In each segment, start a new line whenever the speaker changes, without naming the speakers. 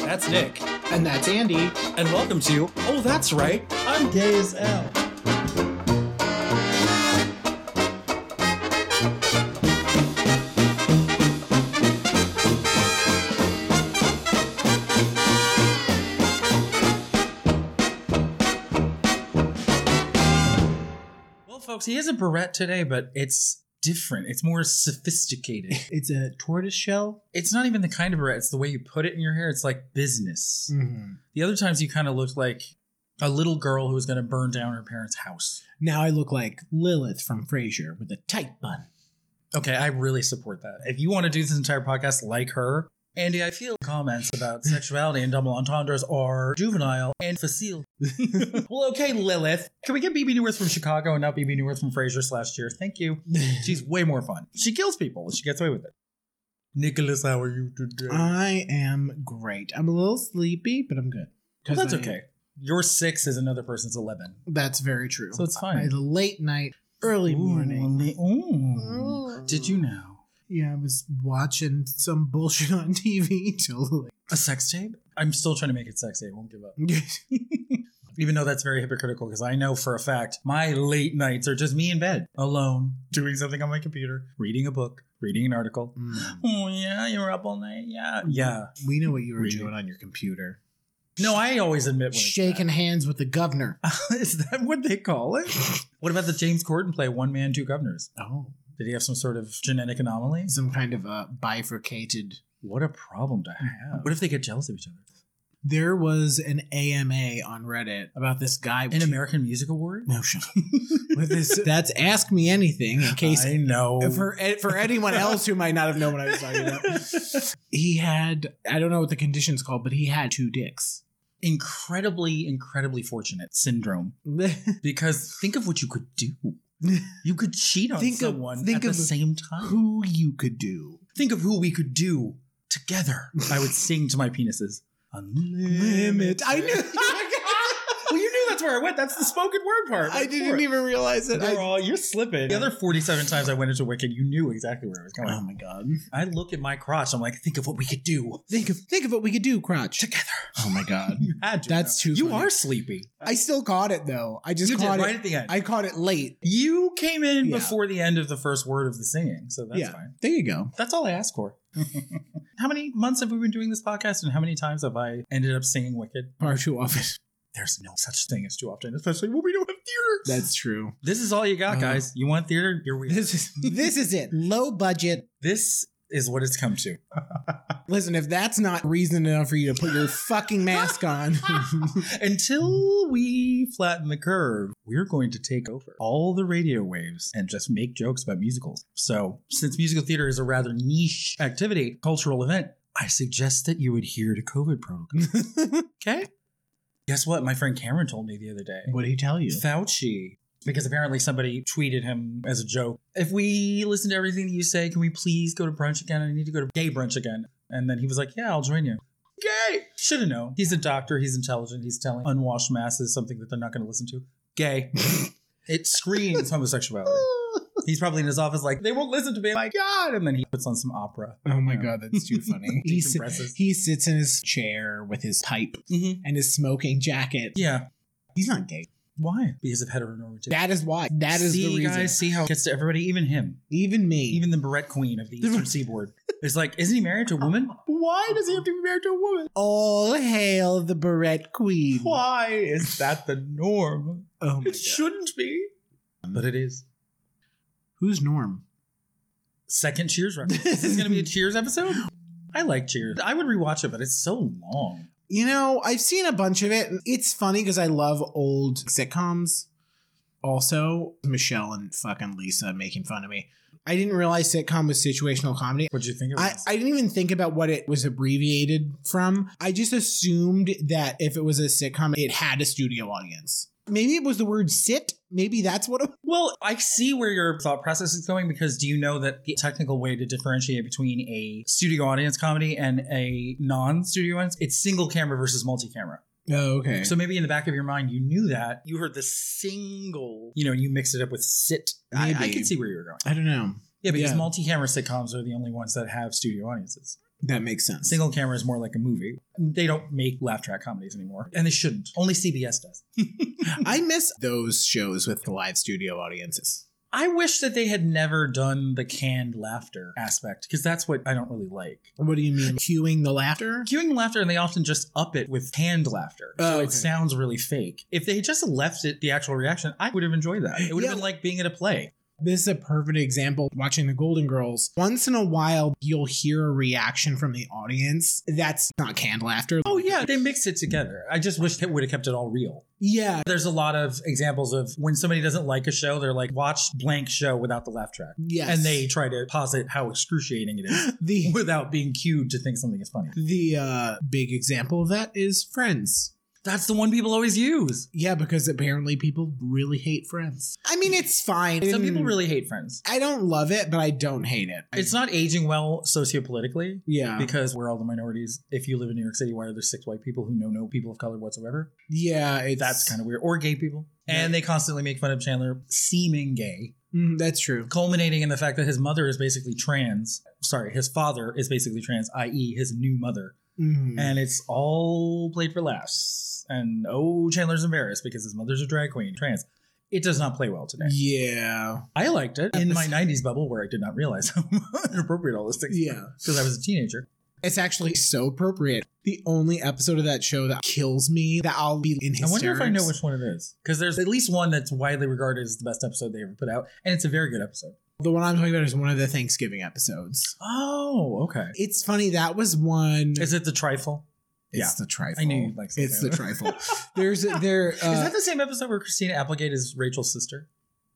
That's Nick.
And that's Andy.
And welcome to Oh, That's Right. I'm
Gay as hell.
Well, folks, he has a barrette today, but it's different. It's more sophisticated.
It's a tortoise shell.
it's not even the kind of barrette, it's the way you put it in your hair. It's like business.
Mm-hmm.
The other times you kind of looked like a little girl who was going to burn down her parents' house.
Now I look like Lilith from Frasier with a tight bun.
Okay, I really support that. If you want to do this entire podcast like her, Andy, I feel comments about sexuality and double entendres are juvenile and facile. well, okay, Lilith. Can we get BB Newirth from Chicago and not BB Newirth from Frasier last year? Thank you. She's way more fun. She kills people and she gets away with it. Nicholas, how are you today?
I am great. I'm a little sleepy, but I'm good.
well, that's
'Cause I-
okay. Your six is another person's 11.
That's very true.
So it's fine.
I had a late night, early morning.
Ooh. Did you know?
Yeah, I was watching some bullshit on TV till
A sex tape? I'm still trying to make it sexy. I won't give up.
like.
Even though that's very hypocritical because I know for a fact my late nights are just me in bed, alone, doing something on my computer, reading a book, reading an article.
Mm.
Oh, yeah, you're up all night. Yeah. Yeah.
We know what you were
Really?
doing on your computer.
No, I always admit when it's
Shaking hands with the governor.
bad. Is that what they call it? what about the James Corden play, One Man, Two Governors?
Oh,
Did he have some sort of genetic anomaly?
some kind of a bifurcated
What a problem to have. What if they get jealous of each other?
there was an AMA on Reddit about this guy
An American Music Award?
No, shut up. With this, that's ask me anything in case
I know.
for for anyone else who might not have known what I was talking about. He had I don't know what the condition's called, but he had two dicks.
incredibly, incredibly fortunate syndrome because think of what you could do. You could cheat on
Think of-
someone
think
at the
of
same time.
who you could do?
think of who we could do together. I would sing to my penises. Unlimited.
Limit. I knew.
Well, you knew that's where I went. That's the spoken word part.
I
Of
didn't
course.
even realize it. I-
Girl, you're slipping. The other 47 times I went into Wicked, you knew exactly where I was going.
oh my god!
I look at my crotch. I'm like, think of what we could do
Think of think of what we could do, crotch.
together.
Oh my god!
You had to.
That's
know.
too
You
funny.
are sleepy.
I still caught it though. I just
you did
caught
right
it.
at the end.
I caught it late.
You came in
Yeah.
before the end of the first word of the singing, so that's
Yeah.
fine.
There you go.
That's all I ask for. how many months have we been doing this podcast, and how many times have I ended up singing Wicked?
Far too often.
There's no such thing as too often, especially when we don't have theater.
That's true.
this is all you got,
Uh,
guys. You want theater? You're weird.
This is this is it. Low budget.
This is what it's come to.
Listen, if that's not reason enough for you to put your fucking mask on,
Until we flatten the curve, we're going to take over all the radio waves and just make jokes about musicals. So, since musical theater is a rather niche activity, cultural event, I suggest that you adhere to COVID protocol. okay? Guess what? My friend Cameron told me the other day.
what did he tell you?
Fauci. Because apparently somebody tweeted him as a joke. If we listen to everything that you say, can we please go to brunch again? I need to go to gay brunch again. And then he was like, Yeah, I'll join you. Gay! Should have known. He's a doctor. He's intelligent. He's telling unwashed masses something that they're not going to listen to. Gay. it screams homosexuality. He's probably in his office like, They won't listen to me. My God. And then he puts on some opera.
Oh my
Yeah.
god, that's too funny. he, sit-
Decompresses.
he sits in his chair with his pipe
Mhm.
and his smoking jacket.
Yeah.
He's not gay.
Why? Because of heteronormativity.
That is why. That is
see,
the reason.
guys, see how it gets to everybody, even him.
Even me.
even the barrette queen of the Eastern Seaboard. It's like, isn't he married to a woman?
why does he have to be married to a woman? All hail the Barrette Queen.
Why is that the norm?
Oh my god.
It shouldn't be, but it is.
Who's Norm?
Second Cheers reference. This is going to be a Cheers episode. I like Cheers. I would rewatch it, but it's so long.
You know, I've seen a bunch of it. It's funny because I love old sitcoms. Also, Michelle and fucking Lisa making fun of me. I didn't realize sitcom was situational comedy.
What'd you think of
I,
this?
I didn't even think about what it was abbreviated from. I just assumed that if it was a sitcom, it had a studio audience. Maybe it was the word sit. Maybe that's what it
well, I see where your thought process is going because do you know that the technical way to differentiate between a studio audience comedy and a non-studio audience, it's single camera versus multi-camera.
Oh, okay.
So maybe in the back of your mind, you knew that. You heard the single, you know, you mixed it up with sit. I, I
Maybe.
can see where you were going.
I don't know.
Yeah, because
Yeah.
multi camera sitcoms are the only ones that have studio audiences.
That makes sense.
Single camera is more like a movie. They don't make laugh track comedies anymore, and they shouldn't. Only CBS does.
I miss those shows with the live studio audiences.
I wish that they had never done the canned laughter aspect because that's what I don't really like.
What do you mean? Cueing the laughter?
Cueing laughter, and they often just up it with canned laughter, so
Oh, okay.
it sounds really fake. If they had just left it the actual reaction, I would have enjoyed that. It would have
Yeah.
been like being at a play.
This is a perfect example watching the Golden Girls. Once in a while, you'll hear a reaction from the audience. That's not canned laughter.
Oh yeah, they mixed it together. I just wish they would have kept it all real.
Yeah.
There's a lot of examples of when somebody doesn't like a show, they're like, watch blank show without the laugh track.
Yes.
And they try to posit how excruciating it is
the
without being cued to think something is funny.
the uh, big example of that is Friends.
That's the one people always use.
Yeah, because apparently people really hate Friends. I mean, it's fine.
Some people
Mm,
really hate Friends.
I don't love it, but I don't hate it. I-
It's not aging well sociopolitically
Yeah.
because we're all the minorities. If you live in New York City, why are there six white people who know no people of color whatsoever?
Yeah. It's,
That's kind of weird. Or gay people. And they constantly make fun of Chandler seeming gay,
Mm, that's true.
culminating in the fact that his mother is basically trans. Sorry, his father is basically trans, i.e., his new mother.
Mhm.
And it's all played for laughs. And oh, Chandler's embarrassed because his mother's a drag queen, trans. It does not play well today.
yeah.
I liked it in my 90s bubble where I did not realize how inappropriate all those things
Yeah.
because I was a teenager.
It's actually so appropriate. The only episode of that show that kills me that I'll be in hysterics.
I wonder if I know which one it is because there's at least one that's widely regarded as the best episode they ever put out, and it's a very good episode.
the one I'm talking about is one of the Thanksgiving episodes.
Oh, okay.
It's funny that was one.
Is it the trifle?
it's
yeah.
the trifle.
I knew you'd like
It's the
something.
trifle. There's a- there. Uh,
is that the same episode where Christina Applegate is Rachel's sister?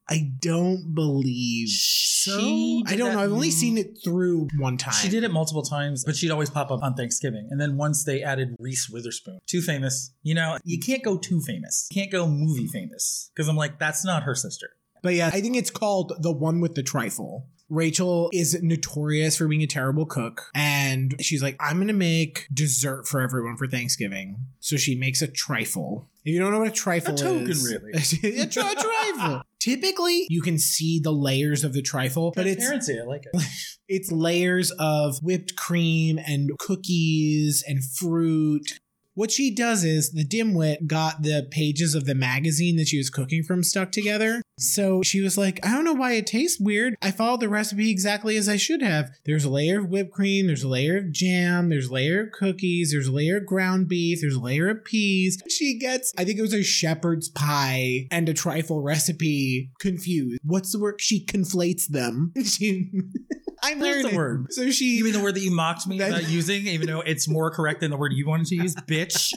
I don't believe. So
She did
I don't
that-
know. I've only seen it through one time.
She did it multiple times, but she'd always pop up on Thanksgiving. And then once they added Reese Witherspoon, too famous. You know, you can't go too famous. Can't go movie famous because I'm like, that's not her sister.
But yeah, I think it's called The One with the Trifle. Rachel is notorious for being a terrible cook. And she's like, I'm going to make dessert for everyone for Thanksgiving. So she makes a trifle. If you don't know what a trifle
token,
is,
really.
a, tri- a trifle. Typically, you can see the layers of the trifle, but it's
Transparency, I like it.
it's layers of whipped cream and cookies and fruit. What she does is the dimwit got the pages of the magazine that she was cooking from stuck together. So she was like, I don't know why it tastes weird. I followed the recipe exactly as I should have. There's a layer of whipped cream, there's a layer of jam, there's a layer of cookies, there's a layer of ground beef, there's a layer of peas. She gets, I think it was a shepherd's pie and a trifle recipe confused. What's the word? She conflates them. she, I'm
That's the
learning.
word.
So she
You mean the word that you mocked me
That-
about using, even though it's more correct than the word you wanted to use, bitch?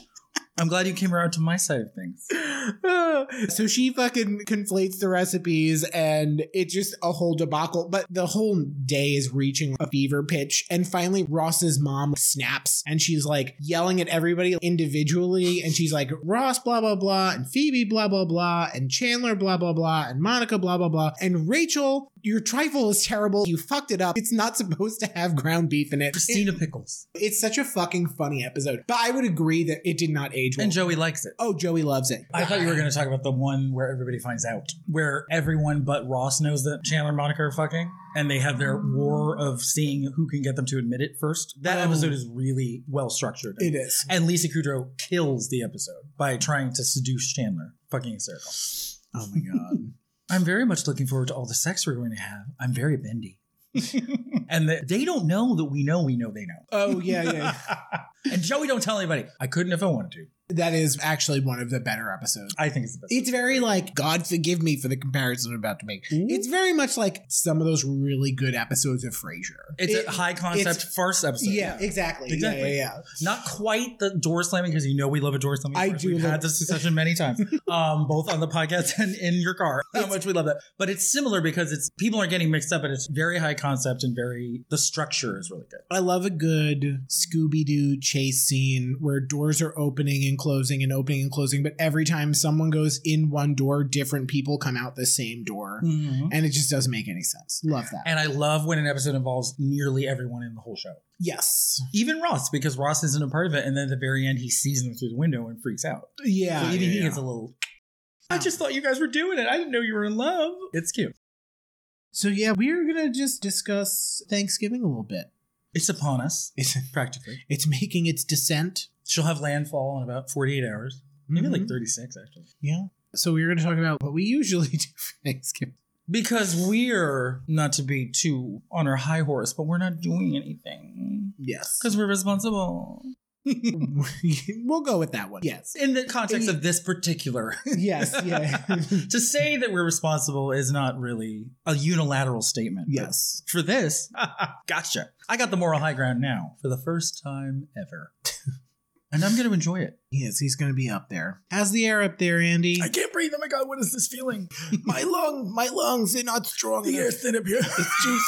I'm glad you came around to my side of things.
so she fucking conflates the recipes and it's just a whole debacle. But the whole day is reaching a fever pitch. And finally, Ross's mom snaps and she's like yelling at everybody individually. And she's like, Ross, blah, blah, blah, and Phoebe, blah, blah, blah, and Chandler, blah, blah, blah, and Monica, blah, blah, blah. And Rachel, your trifle is terrible. You fucked it up. It's not supposed to have ground beef in it.
Christina Pickles.
It- it's such a fucking funny episode. But I would agree that it did not age well.
And Joey likes it.
Oh, Joey loves it.
I thought you were going to talk about the one where everybody finds out, where everyone but Ross knows that Chandler and Monica are fucking, and they have their war of seeing who can get them to admit it first. That
Oh.
episode is really well structured.
It is.
And Lisa Kudrow kills the episode by trying to seduce Chandler. Fucking hysterical.
Oh my god.
I'm very much looking forward to all the sex we're going to have. I'm very bendy. and the, they don't know that we know we know they know.
oh yeah, yeah, yeah.
and Joey don't tell anybody. I couldn't if I wanted to.
That is actually one of the better episodes.
I think it's the best.
It's very like God forgive me for the comparison I'm about to make. It's very much like some of those really good episodes of Frasier.
It's
It-
a high concept
it's-
farce episode.
yeah, exactly.
Exactly.
Yeah, yeah, yeah.
Not quite the door slamming because you know we love a door slamming.
I
farce.
do
We've
love-
had this discussion many times, um, both on the podcast and in your car. How
It's-
much we love that. But it's similar because it's people are getting mixed up, and it's very high concept and very the structure is really good.
I love a good Scooby Doo chase scene where doors are opening and closing and opening and closing, but every time someone goes in one door, different people come out the same door. And it just doesn't make any sense. Mm. Love that.
And I love when an episode involves nearly everyone in the whole show.
yes.
even Ross, because Ross isn't a part of it, and then at the very end he sees them through the window and freaks out.
Yeah.
so even
yeah,
he
yeah.
gets a little. I just thought you guys were doing it. I didn't know you were in love. It's cute.
So yeah, we're gonna just discuss Thanksgiving a little bit.
It's upon us,
It's,
practically.
it's making its descent.
She'll have landfall in about 48 hours. Maybe
Mhm.
like 36, actually.
Yeah. So we were going to talk about what we usually do for Thanksgiving.
Because we're, not to be too on our high horse, but we're not doing anything.
Yes.
Because we're responsible.
we'll go with that one. Yes.
In the context of this particular.
Yes. Yeah.
to say that we're responsible is not really a unilateral statement. but
yes.
For this, gotcha. I got the moral high ground now for the first time ever. and I'm going to enjoy it.
He is. He's going to be up there. How's the air up there, Andy?
can't breathe. Oh my God, what is this feeling?
my lung, my lungs, they're not
Oh,
strong
thin up here.
It's too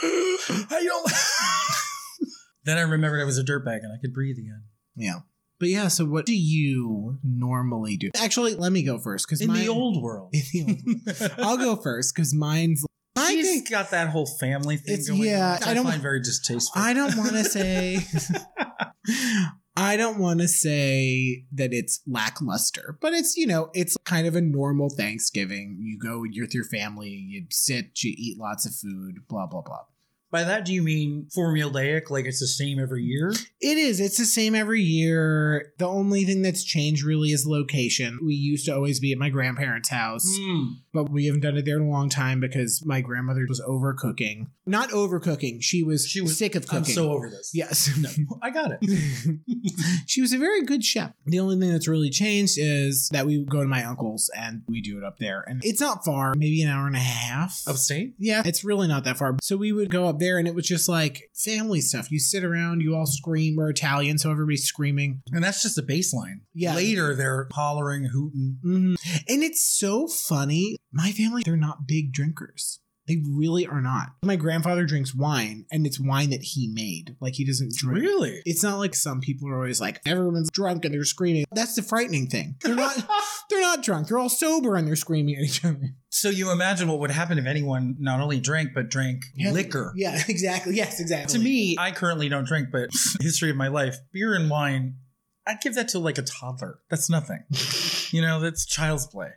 thin.
I don't. then I remembered I was a dirtbag and I could breathe again.
Yeah. But yeah, so what do you normally do? Actually, let me go first because
In the old world.
in the old I'll go first because mine's. I
She's
think-
got that whole family thing
It's-
going
yeah,
on, which
I
I,
don't-
find very distasteful.
I don't want to say. I don't want to say that it's lackluster, but it's, you know, it's kind of a normal Thanksgiving. You go, you're with your family, you sit, you eat lots of food, blah, blah, blah.
By that, do you mean formulaic, like it's the same every year?
It is. It's the same every year. The only thing that's changed really is location. We used to always be at my grandparents' house.
Mm. Hmm,
but we haven't done it there in a long time because my grandmother was overcooking. Not overcooking. She was
She was-
sick of cooking.
I'm so over this.
yes.
No, I got it.
she was a very good chef. The only thing that's really changed is that we go to my uncle's and we do it up there. And it's not far, maybe an hour and a half.
Upstate?
yeah, it's really not that far. So we would go up there and it was just like family stuff. You sit around, you all scream. We're Italian, so everybody's screaming.
And that's just the baseline.
Yeah.
Later, they're hollering, hooting.
Mhm. And it's so funny. My family, they're not big drinkers. They really are not. My grandfather drinks wine, and it's wine that he made. Like, he doesn't drink.
Really?
It's not like some people are always like, everyone's drunk and they're screaming. That's the frightening thing. They're not. They're not drunk. They're all sober and they're screaming at each other.
so you imagine what would happen if anyone not only drank, but drank
Yeah.
liquor.
Yeah, exactly. Yes, exactly.
To me, I currently don't drink, but history of my life, beer and wine, I'd give that to like a toddler. That's nothing. you know, that's child's play.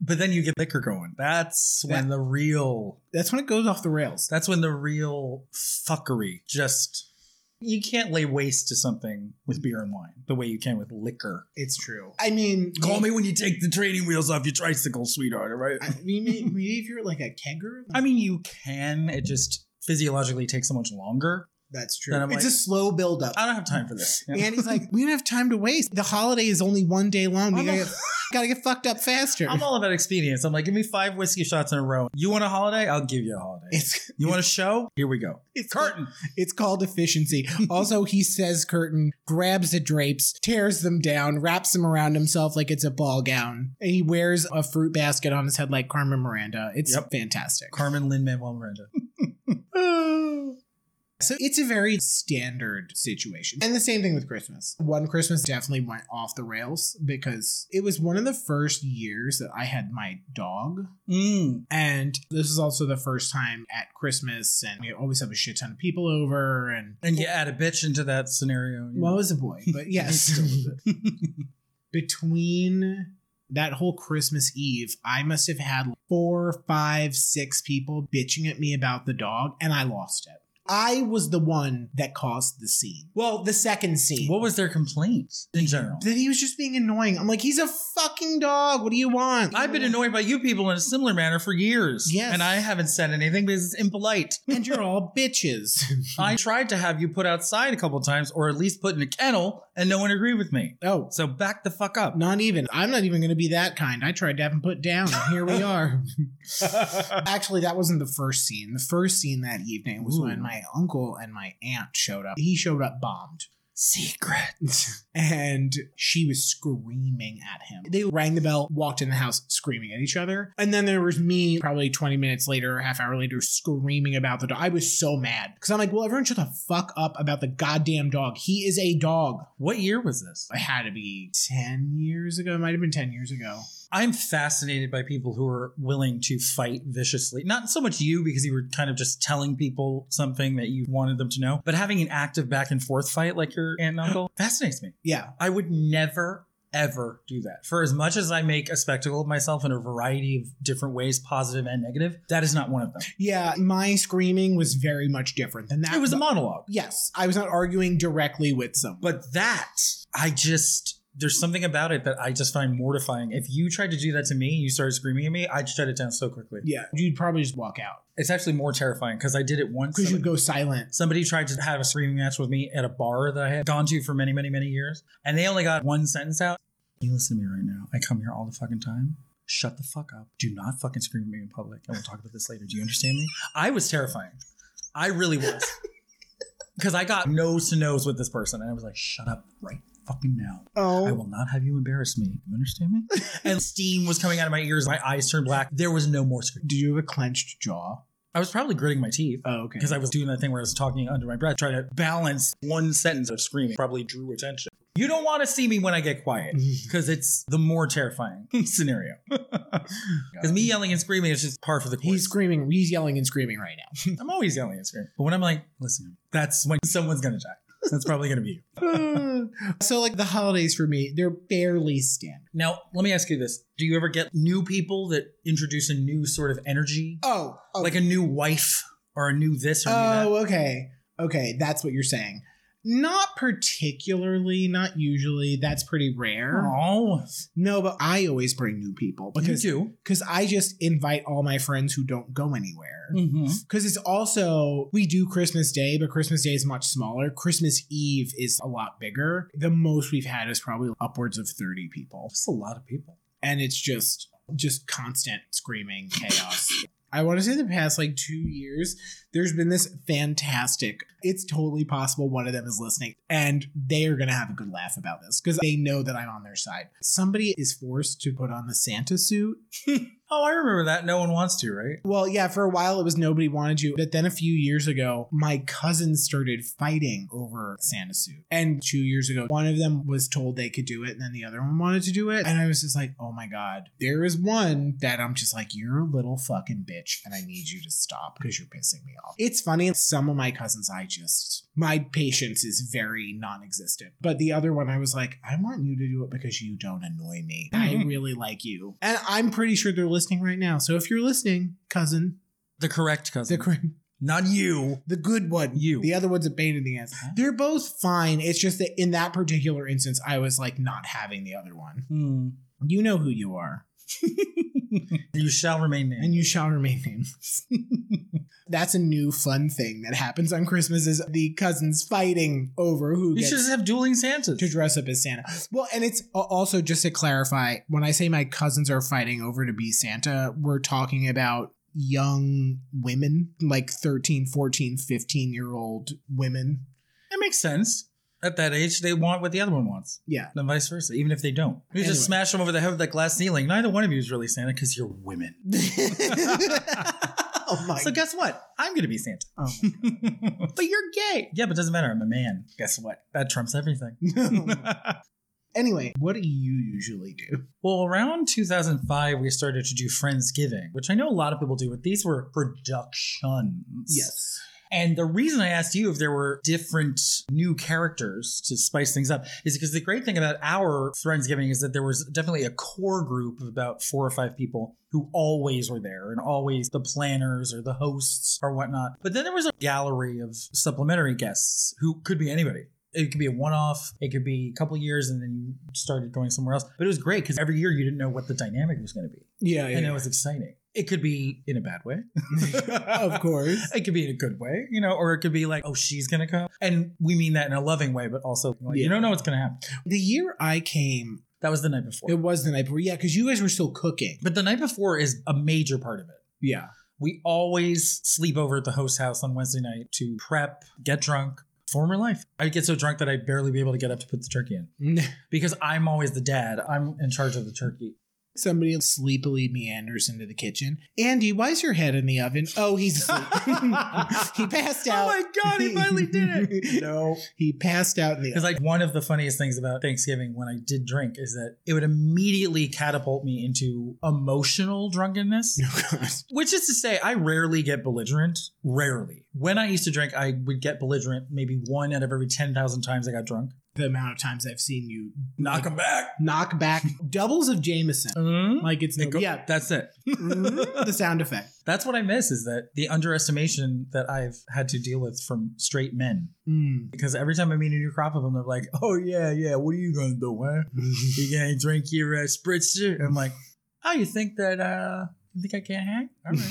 But then you get liquor going. That's when the real,
that's when it goes off the rails.
that's when the real fuckery just, you can't lay waste to something with beer and wine the way you can with liquor.
It's true. I mean,
Call me when you take the training wheels off your tricycle, sweetheart, all right?
I mean, maybe if you're like a kegger.
I mean, you can. It just physiologically takes so much longer.
that's true.
Then I'm
It's
like-
a slow buildup.
I don't have time for this. Yeah.
And he's like, we don't have time to waste. The holiday is only one day long. We
I'm
gotta
all-
get, gotta get fucked up faster.
I'm all about expedience. I'm like, give me five whiskey shots in a row. You want a holiday? I'll give you a holiday.
it's
you want a show? Here we go.
it's
Curtain.
It's called efficiency. Also, he says curtain, grabs the drapes, tears them down, wraps them around himself like it's a ball gown, and he wears a fruit basket on his head like Carmen Miranda. It's
Yep.
fantastic.
Carmen Lin Manuel Miranda.
So it's a very standard situation. And the same thing with Christmas. One Christmas definitely went off the rails because it was one of the first years that I had my dog.
Mm.
And this is also the first time at Christmas, and we always have a shit ton of people over. And
And you add a bitch into that scenario. you
well, I
know.
was a boy, but yes.
Still with it.
Between that whole Christmas Eve, I must have had four, five, six people bitching at me about the dog, and I lost it. I was the one that caused the scene. Well, the second scene.
what was their complaint in general?
that he was just being annoying. I'm like, he's a fucking dog. What do you want?
I've been annoyed by you people in a similar manner for years.
Yes.
And I haven't said anything because it's impolite.
and you're all bitches.
I tried to have you put outside a couple times, or at least put in a kennel, and no one agreed with me.
oh,
So back the fuck up.
Not even. I'm not even going to be that kind. I tried to have him put down, and here we are. Actually, that wasn't the first scene. The first scene that evening was
Ooh.
when my uncle and my aunt showed up. He showed up bombed.
Secret.
And she was screaming at him. They rang the bell, walked in the house screaming at each other. And then there was me, probably 20 minutes later, a half hour later, screaming about the dog. I was so mad because I'm like, well, everyone shut the fuck up about the goddamn dog. He is a dog.
What year was this?
It had to be 10 years ago. It might have been 10 years ago.
I'm fascinated by people who are willing to fight viciously. Not so much you, because you were kind of just telling people something that you wanted them to know, but having an active back and forth fight like your aunt and uncle fascinates me.
Yeah.
I would never, ever do that. For as much as I make a spectacle of myself in a variety of different ways, positive and negative, that is not one of them.
Yeah, my screaming was very much different than that.
It was a
but-
monologue.
Yes, I was not arguing directly with someone.
But that, I just, there's something about it that I just find mortifying. If you tried to do that to me, you started screaming at me, I'd shut it down so quickly.
yeah, you'd probably just walk out
It's actually more terrifying because I did it once.
because you'd
Somebody-
go silent.
Somebody tried to have a screaming match with me at a bar that I had gone to for many, many, many years, and they only got one sentence out. You listen to me right now. I come here all the fucking time. Shut the fuck up. Do not fucking scream at me in public. And we'll talk about this later. Do you understand me? I was terrifying. I really was. Because I got nose to nose with this person, and I was like, shut up right fucking now. I
Oh,
will not have you embarrass me. You understand me? And steam was coming out of my ears. My eyes turned black. There was no more screaming.
do you have a clenched jaw?
I was probably gritting my teeth
Oh, okay.
because I was doing that thing where I was talking under my breath, trying to balance one sentence of screaming. Probably drew attention. You don't want to see me when I get quiet
Mm.
because it's the more terrifying scenario. Because me yelling and screaming is just par for the course.
He's screaming. He's yelling and screaming right now.
I'm always yelling and screaming, but when I'm like, listen, that's when someone's gonna die. That's probably gonna be you.
so, like the holidays for me, they're barely standard.
Now, let me ask you this: Do you ever get new people that introduce a new sort of energy,
Oh, okay.
like a new wife or a new this or a new that?
oh, okay, okay. That's what you're saying. Not particularly, not usually. That's pretty rare.
Oh,
No, but I always bring new people
you
because
do.
because I just invite all my friends who don't go anywhere.
Mhm.
Because it's also, we do Christmas Day, but Christmas Day is much smaller. Christmas Eve is a lot bigger. The most we've had is probably upwards of 30 people.
That's a lot of people.
And it's just, just constant screaming chaos. I want to say the past like two years, there's been this fantastic, it's totally possible one of them is listening and they are going to have a good laugh about this because they know that I'm on their side. Somebody is forced to put on the Santa suit
Oh, I remember that. No one wants to, right?
Well, yeah, for a while it was nobody wanted to, but then a few years ago, my cousins started fighting over Santa suit. And two years ago, one of them was told they could do it, and then the other one wanted to do it. And I was just like, oh my God, there is one that I'm just like, you're a little fucking bitch, and I need you to stop because you're pissing me off. It's funny, some of my cousins, I just, my patience is very non existent. But the other one, I was like, I want you to do it because you don't annoy me. I really like you. And I'm pretty sure they're listening right now. So if you're listening, cousin,
The correct cousin.
the cr-
Not you.
the good one,
You.
the other one's a pain in the ass. They're both fine. It's just that in that particular instance, I was like not having the other one.
Hmm.
You know who you are,
You shall remain named.
and you shall remain nameless. That's a new fun thing that happens on Christmas is the cousins fighting over who
you
gets
should just have dueling Santas.
to dress up as Santa. Well, and it's a- also just to clarify when I say my cousins are fighting over to be Santa, we're talking about young women, like 13, 14, 15 year old women.
It makes sense. At that age, they want what the other one wants,
Yeah.
and vice versa. Even if they don't, you
Anyway.
just smash them over the head with that glass ceiling. Neither one of you is really Santa because you're women.
oh my
so guess what? I'm gonna be Santa.
Oh
but you're gay. Yeah, but it doesn't matter. I'm a man. Guess what? That trumps everything.
Oh god. anyway, what do you usually do?
Well, around 2005, we started to do Friendsgiving, which I know a lot of people do, but these were productions.
Yes.
And the reason I asked you if there were different new characters to spice things up is because the great thing about our Friendsgiving is that there was definitely a core group of about four or five people who always were there and always the planners or the hosts or whatnot. But then there was a gallery of supplementary guests who could be anybody. It could be a one off, it could be a couple years, and then you started going somewhere else. But it was great because every year you didn't know what the dynamic was going to be.
Yeah,
And it was exciting. It could be in a bad way.
of course.
It could be in a good way, you know, or it could be like, oh, she's going to come. And we mean that in a loving way, but also, like, you
Yeah.
don't know what's going to happen.
The year I came,
That was the night before.
it was the night before. Yeah, because you guys were still cooking.
but the night before is a major part of it.
Yeah.
We always sleep over at the host house on Wednesday night to prep, get drunk, former life. I'd get so drunk that I'd barely be able to get up to put the turkey in because I'm always the dad. I'm in charge of the turkey.
Somebody sleepily meanders into the kitchen. Andy, why's your head in the oven? Oh, he's asleep. he passed out.
Oh my God, he finally did it.
no. He passed out in the
Because like one of the funniest things about Thanksgiving when I did drink is that it would immediately catapult me into emotional drunkenness.
No, God.
Which is to say, I rarely get belligerent. Rarely. When I used to drink, I would get belligerent maybe one out of every 10,000 times I got drunk.
the amount of times I've seen you
Knock him back.
knock back doubles of Jameson. Like it's
It go-
yeah,
Mm-hmm. That's it.
the sound effect.
That's what I miss is that the underestimation that I've had to deal with from straight men.
Mm.
Because every time I meet a new crop of them, they're like, oh, yeah, yeah, what are you going to do, huh? You going to drink your uh, spritzer? I'm like, oh, you think that, uh, you think I can't hang? All right.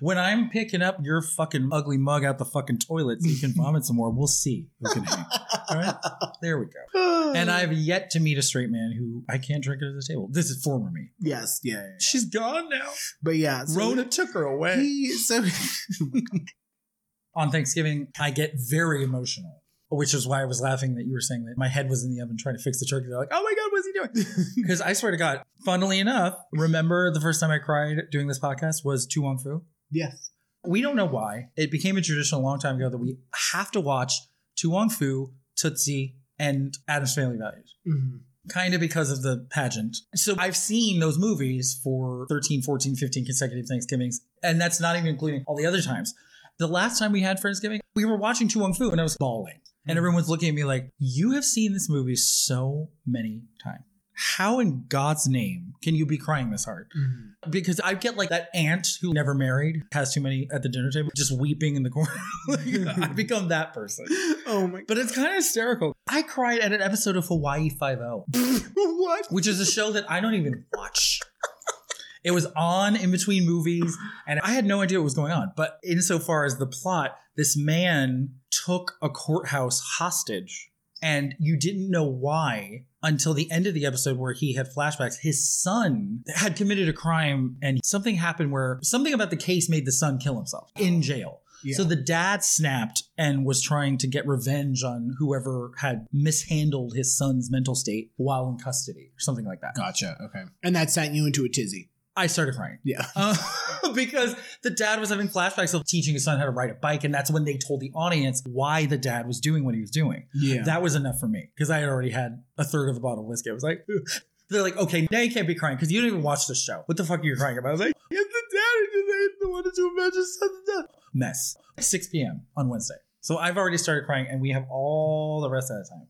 when I'm picking up your fucking ugly mug out the fucking toilet so you can vomit some more, we'll see who can hang. All right. There we go. And I've yet to meet a straight man who I can't drink it at the table. This is former me.
yes, yeah, yeah, yeah.
She's gone now.
but yeah, so
Rona Oh took her away.
he- so
on Thanksgiving, I get very emotional, which is why I was laughing that you were saying that my head was in the oven trying to fix the turkey. They're like, oh my God, what's he doing? Because I swear to God, funnily enough, remember the first time I cried doing this podcast was Tu Wong Fu?
yes,
We don't know why. It became a tradition a long time ago that we have to watch Tu Wong Fu, Tootsie, and Adam's Family Values
Mhm.
kind of because of the pageant. So I've seen those movies for 13, 14, 15 consecutive Thanksgivings, and that's not even including all the other times. The last time we had Friendsgiving, we were watching Tu Wong Fu and I was bawling. And everyone's looking at me like, you have seen this movie so many times. How in God's name can you be crying this hard?
Mhm.
Because I get like that aunt who never married, has too many at the dinner table, just weeping in the corner. Like, I become that person.
Oh my!
But it's kind of hysterical. I cried at an episode of Hawaii Five-O
what?
which is a show that I don't even watch. It was on in between movies, and I had no idea what was going on. But insofar as the plot, this man took a courthouse hostage, and you didn't know why until the end of the episode where he had flashbacks. His son had committed a crime, and something happened where something about the case made the son kill himself in jail.
Yeah.
So the dad snapped and was trying to get revenge on whoever had mishandled his son's mental state while in custody or something like that.
Gotcha. Okay. And that sent you into a tizzy.
I started crying.
Yeah.
Uh, because the dad was having flashbacks of teaching his son how to ride a bike, and that's when they told the audience why the dad was doing what he was doing.
Yeah.
That was enough for me because I had already had a third of a bottle of whiskey. I was like, they're like, okay, now you can't be crying because you didn't even watch the show. What the fuck are you crying about? I was like, it's the dad who did it. the one to avenge his son's death. Mess. 6 p.m. on Wednesday. So I've already started crying, and we have all the rest of the time.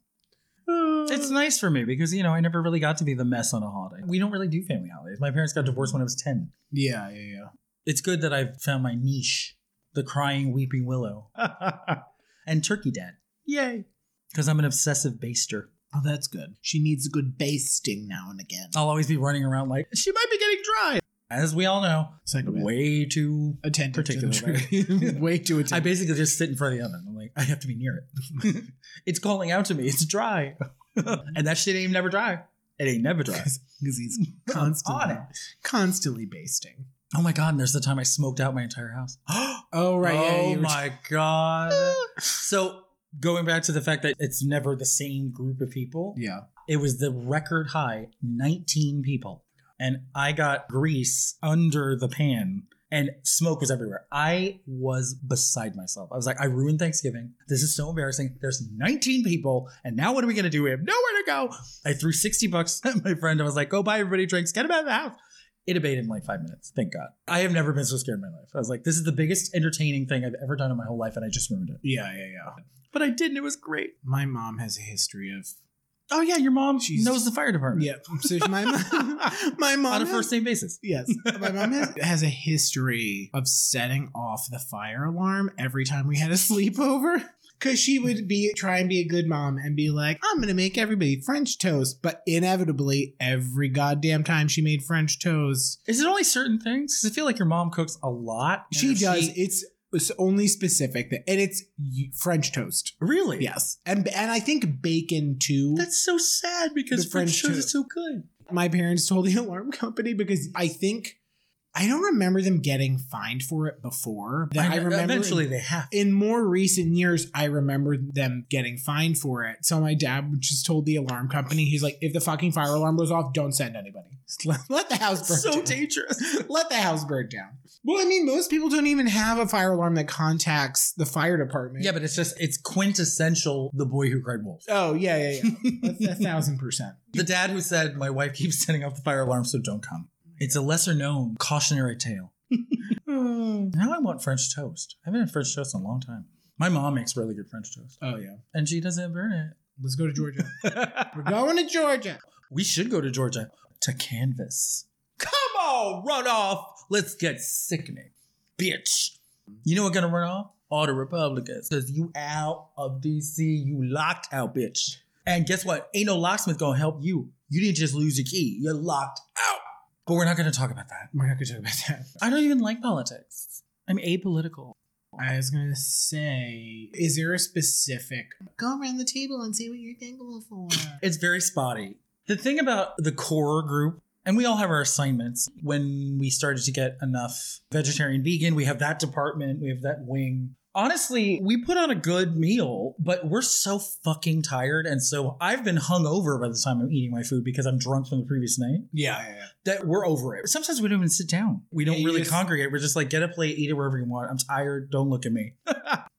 It's nice for me because, you know, I never really got to be the mess on a holiday. We don't really do family holidays. My parents got divorced when I was 10.
yeah, yeah,
It's good that I've found my niche the crying, weeping willow
yeah.
and turkey dad. Yay. Because I'm an obsessive baster.
oh, that's good. She needs a good basting now and again.
I'll always be running around like, she might be getting dry. As we all know,
Psychopath.
way too.
attentive to the
Particularly.
truth. Way too
I
attentive.
basically just sit in front of the oven. I'm like, I have to be near it. it's calling out to me. It's dry. and that shit ain't never dry. It ain't never dry.
because he's constantly,
on it.
constantly basting.
Oh my god, and there's the time I smoked out my entire house.
Oh right, yeah,
oh
you were-
my god. so going back to the fact that it's never the same group of people,
yeah.
it was the record high 19 people. And I got grease under the pan and smoke was everywhere. I was beside myself. I was like, I ruined Thanksgiving. This is so embarrassing. There's 19 people, and now what are we gonna do? We have nowhere to go. I threw 60 bucks at my friend. I was like, go buy everybody drinks, get them out of the house. It abated in like five minutes. Thank God. I have never been so scared in my life. I was like, this is the biggest entertaining thing I've ever done in my whole life, and I just ruined it.
Yeah, yeah, yeah.
But I didn't. It was great.
My mom has a history of
Oh yeah, your mom
Jesus.
knows the fire department.
yeah. So my mom, my mom
On a
has-
first name basis.
Yes, my mom has, has a history of setting off the fire alarm every time we had a sleepover. Cause she would be try and be a good mom and be like, "I'm gonna make everybody French toast," but inevitably, every goddamn time she made French toast,
Is it only certain things? 'Cause I feel like your mom cooks a lot. and
she
if
does. it's it's only specific that, and it's y- French toast.
really?
Yes, and and I think bacon too.
That's so sad because
The
French
French
toast is
toast.
so good.
my parents told the alarm company because I think I don't remember them getting fined for it before. That I, remember
Eventually they have.
in more recent years, I remember them getting fined for it. So my dad just told the alarm company, he's like, if the fucking fire alarm goes off, don't send anybody. Just Let, let the house burn
So
down.
dangerous.
let the house burn down. Well, I mean, most people don't even have a fire alarm that contacts the fire department.
yeah, but it's just it's quintessential the boy who cried wolf.
Oh, yeah, yeah, yeah. That's a thousand percent.
The dad who said, My wife keeps setting off the fire alarm, so don't come. It's a lesser known cautionary tale.
Oh,
Now I want French toast. I haven't had French toast in a long time. My mom makes really good French toast.
yeah.
And she doesn't burn it.
Let's go to Georgia. We're going to Georgia.
we should go to Georgia to canvas. Come on, run off. Let's get sickening, bitch. You know what gonna run off? All the Republicans, cause you out of DC, you locked out, bitch. And guess what? Ain't no locksmith gonna help you. You didn't just lose your key. You're locked out. But we're not gonna talk about that.
We're not going to talk about that.
I don't even like politics. I'm apolitical.
I was going to say, is there a specific go around the table and say what you're thankful for?
It's very spotty. The thing about the core group, and we all have our assignments. When we started to get enough vegetarian, vegan, we have that department, we have that wing. Honestly, we put on a good meal, but we're so fucking tired. And so I've been hungover by the time I'm eating my food because I'm drunk from the previous night
yeah, yeah, yeah.
that we're over it. Sometimes we don't even sit down. We don't
Yeah, you
really
just-
congregate. We're just like, get a plate, eat it wherever you want. I'm tired. Don't look at me.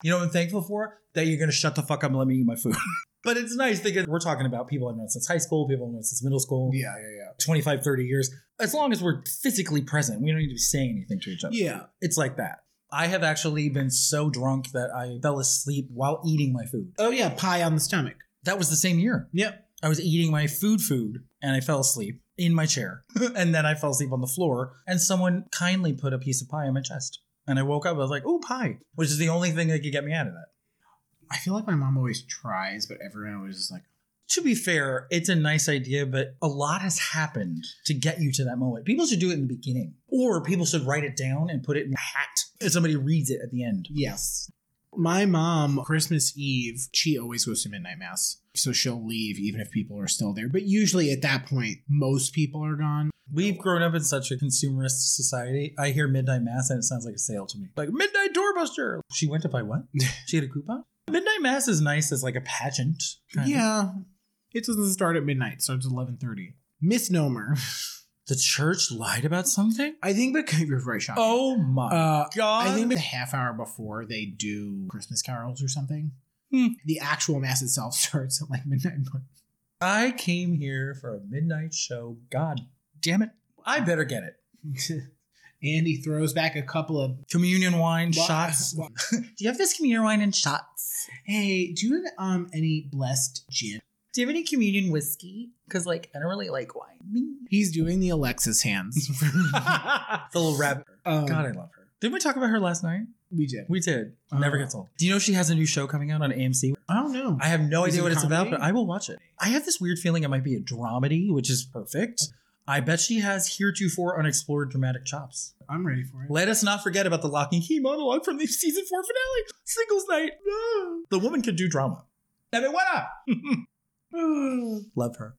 you know what I'm thankful for? That you're going to shut the fuck up and let me eat my food. but it's nice because we're talking about people I've known since high school, people I've known since middle school,
Yeah, yeah,
25, 30 years. As long as we're physically present, we don't need to be saying anything to each other.
yeah.
It's like that. I have actually been so drunk that I fell asleep while eating my food.
Oh, yeah, pie on the stomach.
That was the same year.
Yep.
I was eating my food food and I fell asleep in my chair. and then I fell asleep on the floor and someone kindly put a piece of pie in my chest. And I woke up, I was like, oh, pie, which is the only thing that could get me out of that.
I feel like my mom always tries, but everyone always is like,
To be fair, it's a nice idea, but a lot has happened to get you to that moment. People should do it in the beginning, or people should write it down and put it in a hat and somebody reads it at the end.
Yes. My mom, Christmas Eve, she always goes to midnight mass. So she'll leave even if people are still there. But usually at that point, most people are gone.
We've grown up in such a consumerist society. I hear midnight mass and it sounds like a sale to me. Like midnight doorbuster. She went to buy what? She had a coupon. Midnight mass is nice as like a pageant. kind of.
Yeah. It doesn't start at midnight, it starts at 11.30. Misnomer.
The church lied about something.
I think because you're very shocked.
Oh my
Uh,
god.
I think the half hour before they do Christmas carols or something,
Hmm.
the actual mass itself starts at like midnight.
I came here for a midnight show. God damn it! I better get it.
Andy throws back a couple of
Communion wine
Wha-
shots.
wha-
Do you have this communion wine and shots?
hey, do you have um any blessed gin?
Do you have any communion whiskey? Because like I don't really like wine.
He's doing the Alexis hands.
the little rabbit.
Um,
God, I love her. Didn't we talk about her last night?
We did.
We did. Never
Uh.
gets old. Do you know she has a new show coming out on AMC?
I don't know.
I have no
Is
idea
it
what it's about,
comedy?
but I will watch it. I have this weird feeling it might be a dramedy, which is perfect. I bet she has heretofore unexplored dramatic chops.
I'm ready for it.
Let us not forget about the lock and key monologue from the season four finale, singles night. Ah. The woman can do drama. I mean, what up? Love her.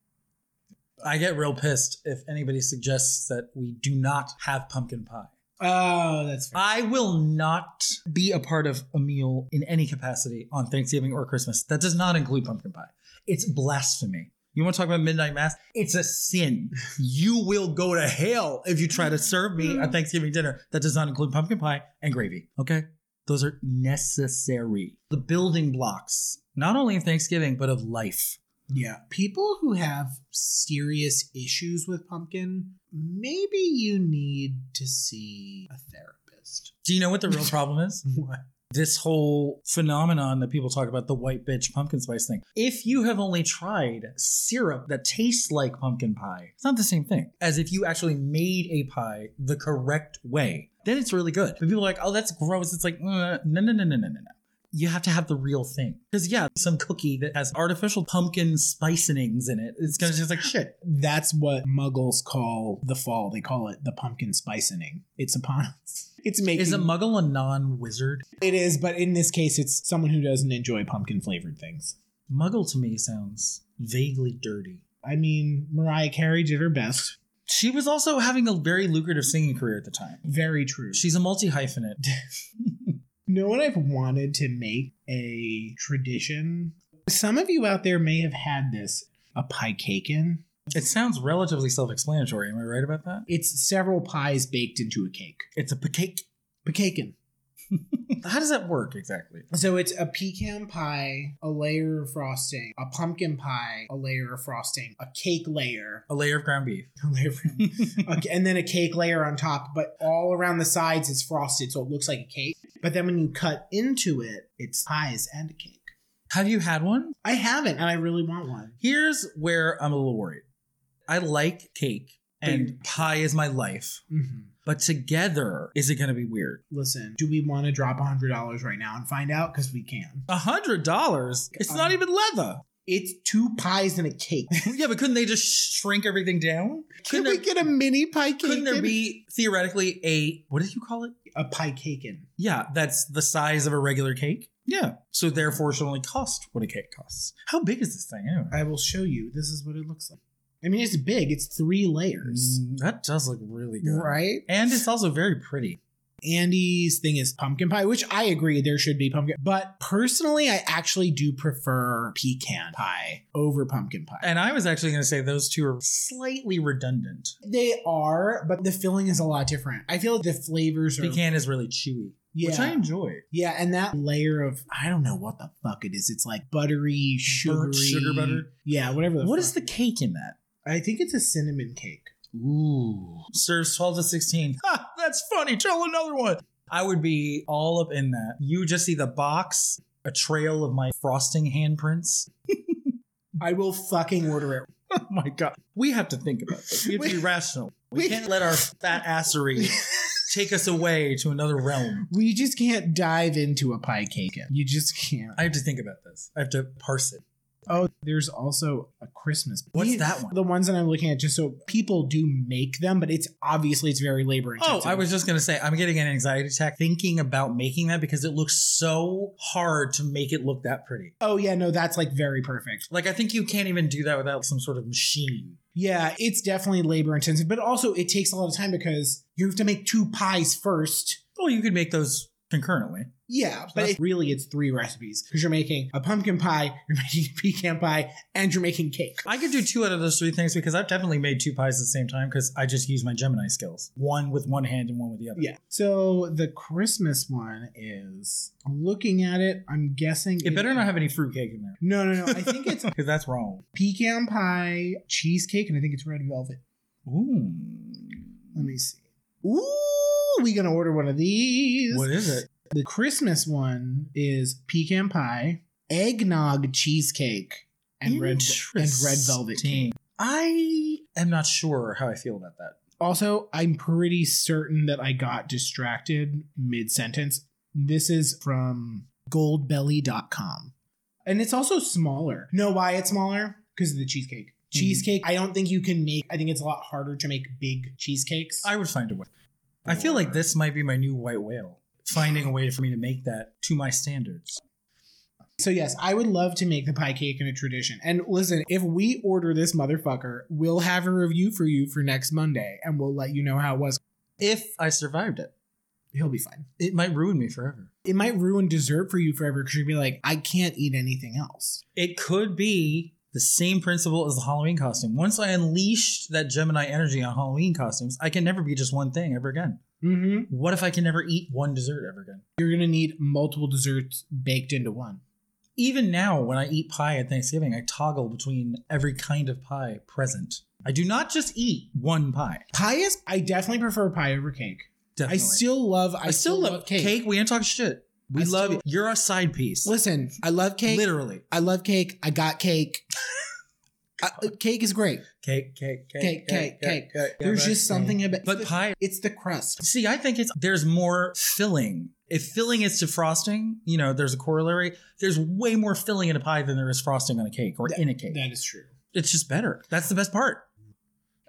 I get real pissed if anybody suggests that we do not have pumpkin pie.
oh, that's fair.
I will not be a part of a meal in any capacity on Thanksgiving or Christmas. That does not include pumpkin pie. It's blasphemy. You want to talk about midnight mass? It's a sin. You will go to hell if you try to serve me a Thanksgiving dinner that does not include pumpkin pie and gravy. Okay? Those are necessary. The building blocks, not only of Thanksgiving, but of life.
yeah. People who have serious issues with pumpkin, maybe you need to see a therapist.
Do you know what the real problem is?
What?
this whole phenomenon that people talk about the white bitch pumpkin spice thing. If you have only tried syrup that tastes like pumpkin pie, it's not the same thing as if you actually made a pie the correct way. Then it's really good. But people are like, oh, that's gross. It's like, uh, no, no, no, no, no, no, no. You have to have the real thing. Because, yeah, some cookie that has artificial pumpkin spicenings in it, it's going to taste like shit.
That's what muggles call the fall. They call it the pumpkin spicening. It's upon us. It's making
Is a muggle a non wizard?
it is, but in this case it's someone who doesn't enjoy pumpkin flavored things.
Muggle to me sounds vaguely dirty.
I mean, Mariah Carey did her best.
She was also having a very lucrative singing career at the time.
Very true.
She's a multi hyphenate.
No one I've wanted to make a tradition. Some of you out there may have had this a pie cakein.
it sounds relatively self explanatory. Am I right about that?
It's several pies baked into a cake.
It's a cake.
Pecaken.
How does that work exactly?
So it's a pecan pie, a layer of frosting, a pumpkin pie, a layer of frosting, a cake layer,
A layer of ground beef.
a layer of- okay, and then a cake layer on top, but all around the sides is frosted, so it looks like a cake. But then when you cut into it, it's pies and a cake.
Have you had one?
I haven't, and I really want one.
Here's where I'm a little worried. I like cake and pie is my life,
Mhm.
but together, is it going to be weird?
Listen, do we want to drop hundred dollars right now and find out? Because we can.
A hundred dollars? It's not even leather.
It's two pies and a cake.
yeah, but couldn't they just shrink everything down?
Can
Couldn't
we
there,
get a mini pie cake?
couldn't there
in-
be theoretically a what did you call it?
a pie cake? In
Yeah, that's the size of a regular cake. Yeah. So therefore, it should only cost what a cake costs. How big is this thing anyway?
I will show you. This is what it looks like. I mean, it's big. It's three layers,
Mm, that does look really good.
right?
And it's also very pretty.
Andy's thing is pumpkin pie, which I agree there should be pumpkin. But personally, I actually do prefer pecan pie over pumpkin pie.
And I was actually going to say those two are slightly redundant.
they are, but the filling is a lot different. I feel the flavors are
Pecan is really chewy,
yeah,
which I enjoy.
yeah, and that layer of I don't know what the fuck it is. It's like buttery, sugary,
Burnt sugar butter?
Yeah, whatever. The
What
fuck.
is the cake in that?
I think it's a cinnamon cake.
Ooh. Serves 12 to 16. Ha, that's funny. Tell another one. I would be all up in that. You just see the box, a trail of my frosting handprints.
I will fucking order it.
Oh my God. We have to think about this. We have to be rational. We,
we-
can't let our fat assery take us away to another realm.
We just can't dive into a pie cake. You just can't.
I have to think about this. I have to parse it.
Oh, there's also a Christmas.
What's
These-
that one?
The ones that I'm looking at, just so people do make them, but it's obviously it's very labor
Oh,
intensive.
I was just going to say, I'm getting an anxiety attack thinking about making that because it looks so hard to make it look that pretty.
Oh yeah, no, that's like very perfect.
Like, I think you can't even do that without some sort of machine.
Yeah, it's definitely labor intensive, but also it takes a lot of time because you have to make two pies first.
Well, you could make those concurrently.
Yeah, but it, really it's three recipes because you're making a pumpkin pie, you're making a pecan pie, and you're making cake.
I could do two out of those three things because I've definitely made two pies at the same time because I just use my Gemini skills one with one hand and one with the other.
Yeah. So the Christmas one is I'm looking at it. I'm guessing
It better not have any fruitcake in there
No, no, no. I think it's
because that's wrong.
pecan pie, cheesecake, and I think it's red velvet.
Ooh.
Let me see. Ooh, we gonna order one of these.
What is it?
The Christmas one is pecan pie, eggnog cheesecake, and red and red velvet cake.
Interesting. I am not sure how I feel about that.
Also, I'm pretty certain that I got distracted mid sentence. This is from goldbelly.com. And it's also smaller. Know why it's smaller? Because of the cheesecake. Cheesecake, I don't think you can make, I think it's a lot harder to make big cheesecakes.
I would find a way. I feel like this might be my new white whale. Finding a way for me to make that to my standards.
so, yes, I would love to make the pie cake in a tradition. And listen, if we order this motherfucker, we'll have a review for you for next Monday and we'll let you know how it was.
If I survived it,
He'll be fine.
it might ruin me forever.
It might ruin dessert for you forever because you'll be like, I can't eat anything else.
It could be the same principle as the Halloween costume. Once I unleashed that Gemini energy on Halloween costumes, I can never be just one thing ever again.
Mm-hmm.
What if I can never eat one dessert ever again?
You're gonna need multiple desserts baked into one.
Even now, when I eat pie at Thanksgiving, I toggle between every kind of pie present. I do not just eat one pie.
Pie is I definitely prefer pie over cake.
Definitely.
I still love I,
I still love cake. We ain't talking shit. We
I
love
still-
you're a side piece.
Listen, I love cake.
Literally,
I love cake. I got cake. I- uh, cake is great.
cake, cake, cake,
Cake, cake, cake. There's
Yeah,
just
but-
something about
But
it's the-
pie.
It's the crust.
See, I think it's there's more filling. If filling is to frosting, you know, there's a corollary. There's way more filling in a pie than there is frosting on a cake or in a cake.
That is true.
it's just better. That's the best part.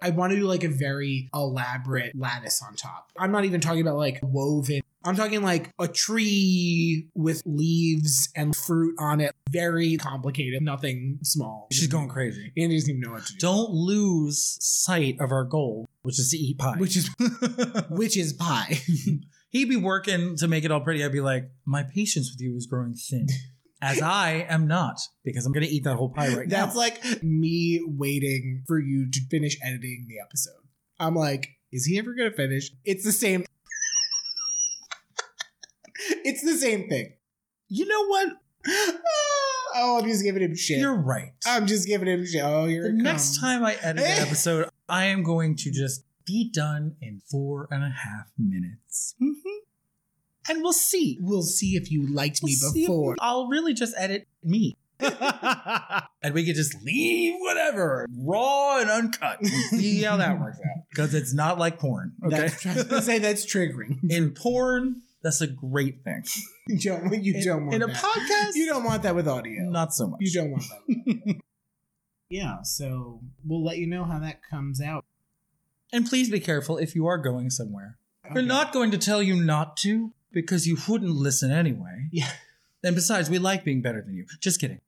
I want to do like a very elaborate lattice on top. I'm not even talking about like woven. I'm talking like a tree with leaves and fruit on it. Very complicated. Nothing small.
She's going crazy.
Andy doesn't even know what to do.
Don't lose sight of our goal, which is to eat pie.
which is which is pie.
He'd be working to make it all pretty. I'd be like, my patience with you is growing thin, as I am not, because I'm going to eat that whole pie right
That's
now.
like me waiting for you to finish editing the episode. I'm like, is he ever gonna finish? It's the same. it's the same thing.
you know what?
oh, I'm just giving him shit.
You're right.
I'm just giving him shit. Oh, Ah, here
the
it
next
comes.
time I edit
Hey.
an episode, I am going to just be done in four and a half minutes. hmm And we'll see.
Mm-hmm. we'll see if you liked
We'll
me
see if-
before.
I'll really just edit me.
Because
And we could just leave whatever raw and uncut and see how that works out. Because it's not like porn. Okay.
say that's triggering.
In porn, that's a great thing.
You don't, you
In-
don't want
in a
that.
podcast.
you don't want that with audio.
Not so much.
You don't want that. with audio. yeah, so we'll let you know how that comes out.
And please be careful if you are going somewhere. We're
Okay.
not going to tell you not to because you wouldn't listen anyway.
Yeah.
And besides, we like being better than you. Just kidding.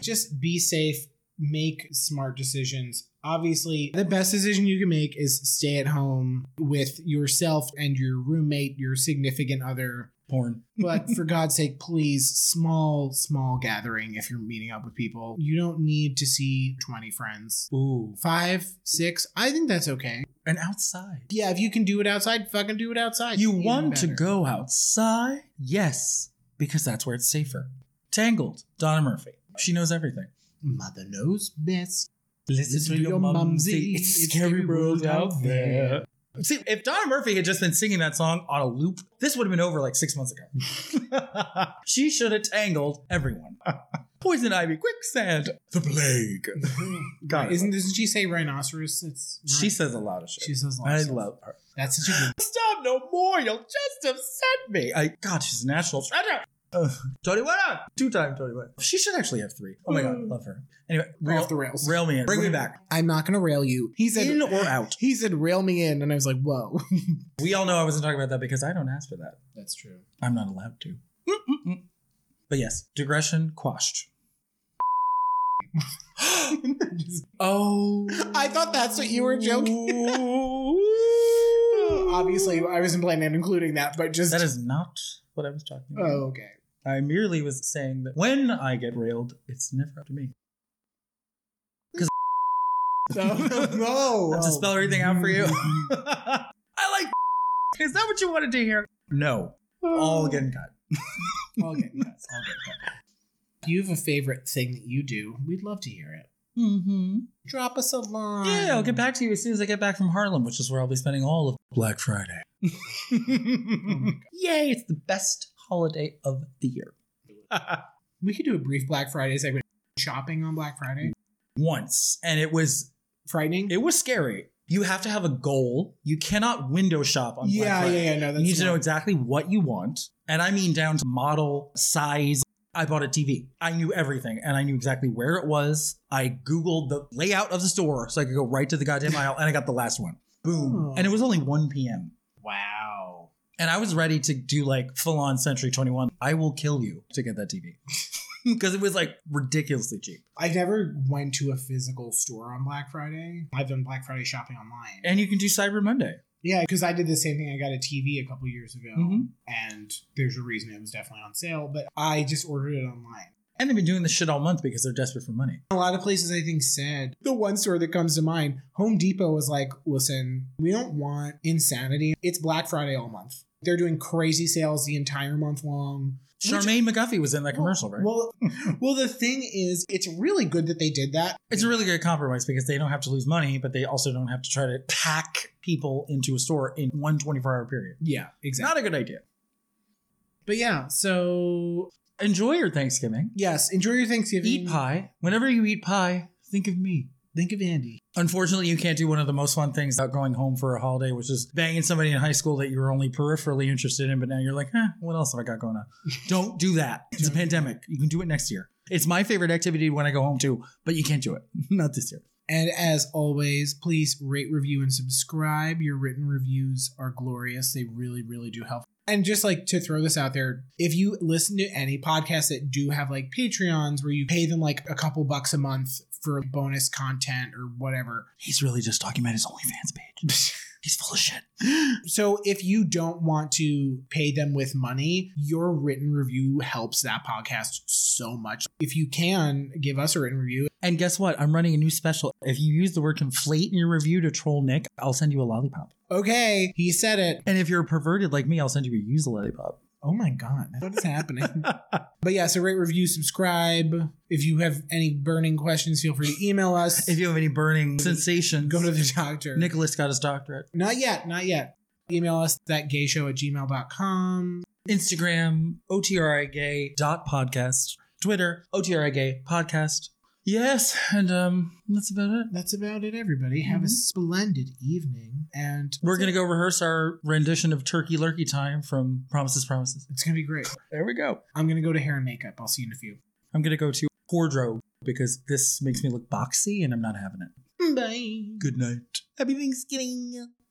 just be safe make smart decisions obviously the best decision you can make is stay at home with yourself and your roommate your significant other
Porn.
but for god's sake please small small gathering if you're meeting up with people you don't need to see 20 friends
Ooh.
five six i think that's okay
And outside.
yeah if you can do it outside fucking do it outside
You
Even
want to
better.
go outside? Yes, because that's where it's safer. Tangled. Donna Murphy. She knows everything.
mother knows best
Listen to your mumsy. It's a scary world out there. See, if Donna Murphy had just been singing that song on a loop, this would have been over like six months ago. she should have tangled everyone. Poison ivy, quicksand, the plague. God,
isn't doesn't she say rhinoceros it's
she says a lot of shit.
She says lots
I
of stuff.
love her.
That's such a good.
Stop no more. You'll just upset me. I God, she's a national treasure. Ugh. Tony Wetter, two time Tony Wetter. She should actually have three. Oh my God, love her. Anyway, rail,
off the rails.
rail me in. Bring me back.
I'm not gonna rail you. He said
In or out.
He said rail me in, and I was like, whoa.
We all know I wasn't talking about that because I don't ask for that.
That's true.
I'm not allowed to. Mm-mm-mm. But yes, digression quashed. Oh,
I thought that's what you were joking. Obviously, I wasn't planning on including that, but just
that is not what I was talking
oh
about.
okay.
I merely was saying that when I get railed, it's never up to me.
So, no,
Have to spell everything out for you. I like. Is that what you wanted to hear? No, all getting cut.
All good. Yes, all good. If you have a favorite thing that you do, we'd love to hear it.
Mm-hmm.
Drop us a line.
Yeah, I'll get back to you as soon as I get back from Harlem, which is where I'll be spending all of Black Friday. Yay! It's the best holiday of the year.
we could do a brief Black Friday segment. Shopping on Black Friday,
Once, and it was
frightening.
it was scary. You have to have a goal. You cannot window shop on Black
yeah,
Friday.
yeah, yeah. No, that's
You need to
not-
know exactly what you want. And I mean down to model, size. I bought a TV. I knew everything and I knew exactly where it was. I Googled the layout of the store so I could go right to the goddamn aisle and I got the last one. Boom.
Oh.
And it was only 1 p.m.
Wow.
And I was ready to do like full on Century 21. I will kill you to get that TV. Because it was like ridiculously cheap.
I never went to a physical store on Black Friday. I've done Black Friday shopping online.
And you can do Cyber Monday.
yeah, because I did the same thing. I got a TV a couple years ago,
Mhm.
and there's a reason it was definitely on sale, but I just ordered it online.
And they've been doing this shit all month because they're desperate for money.
A lot of places I think said the one store that comes to mind, Home Depot was like, listen, we don't want insanity. It's Black Friday all month. They're doing crazy sales the entire month long.
Charmaine McGuffey was in
Oh,
that commercial, right?
Well, well, the thing is, it's really good that they did that.
It's a really good compromise because they don't have to lose money, but they also don't have to try to pack people into a store in one 24 hour period.
yeah,
It's
exactly.
not a good idea.
But yeah, so
Enjoy your Thanksgiving.
yes, enjoy your Thanksgiving.
Eat pie. Whenever you eat pie, think of me.
Think of Andy.
Unfortunately, you can't do one of the most fun things about going home for a holiday, which is banging somebody in high school that you were only peripherally interested in, but now you're like, huh, what else have I got going on? Don't do that. It's a pandemic. You can do it next year. It's my favorite activity when I go home too, but you can't do it. Not this year.
And as always, please rate, review, and subscribe. Your written reviews are glorious. They really, really do help. And just like to throw this out there, if you listen to any podcasts that do have like Patreons where you pay them like a couple bucks a month for bonus content or whatever,
He's really just talking about his OnlyFans page. He's full of shit.
So if you don't want to pay them with money, your written review helps that podcast so much. If you can give us a written review,
And guess what? I'm running a new special. If you use the word conflate in your review to troll Nick, I'll send you a lollipop.
okay, he said it.
And if you're perverted like me, I'll send you a used lollipop.
Oh my god, what is happening? but yeah, so rate, review, subscribe. If you have any burning questions, feel free to email us.
If you have any burning sensations,
go to the doctor.
Nicholas got his doctorate.
Not yet, not yet. Email us that gayshow at gmail.com.
Instagram, otrigay.podcast. Twitter, OTRA Gay Podcast. Yes, and um, that's about it.
That's about it, everybody. Have a
Mhm.
splendid evening. And
We're going to go rehearse our rendition of Turkey Lurkey Time from Promises, Promises.
It's going to be great.
There we go.
I'm going to go to hair and makeup. I'll see you in a few.
I'm going to go to Wardrobe because this makes me look boxy and I'm not having it.
Bye.
Good night.
Happy Thanksgiving.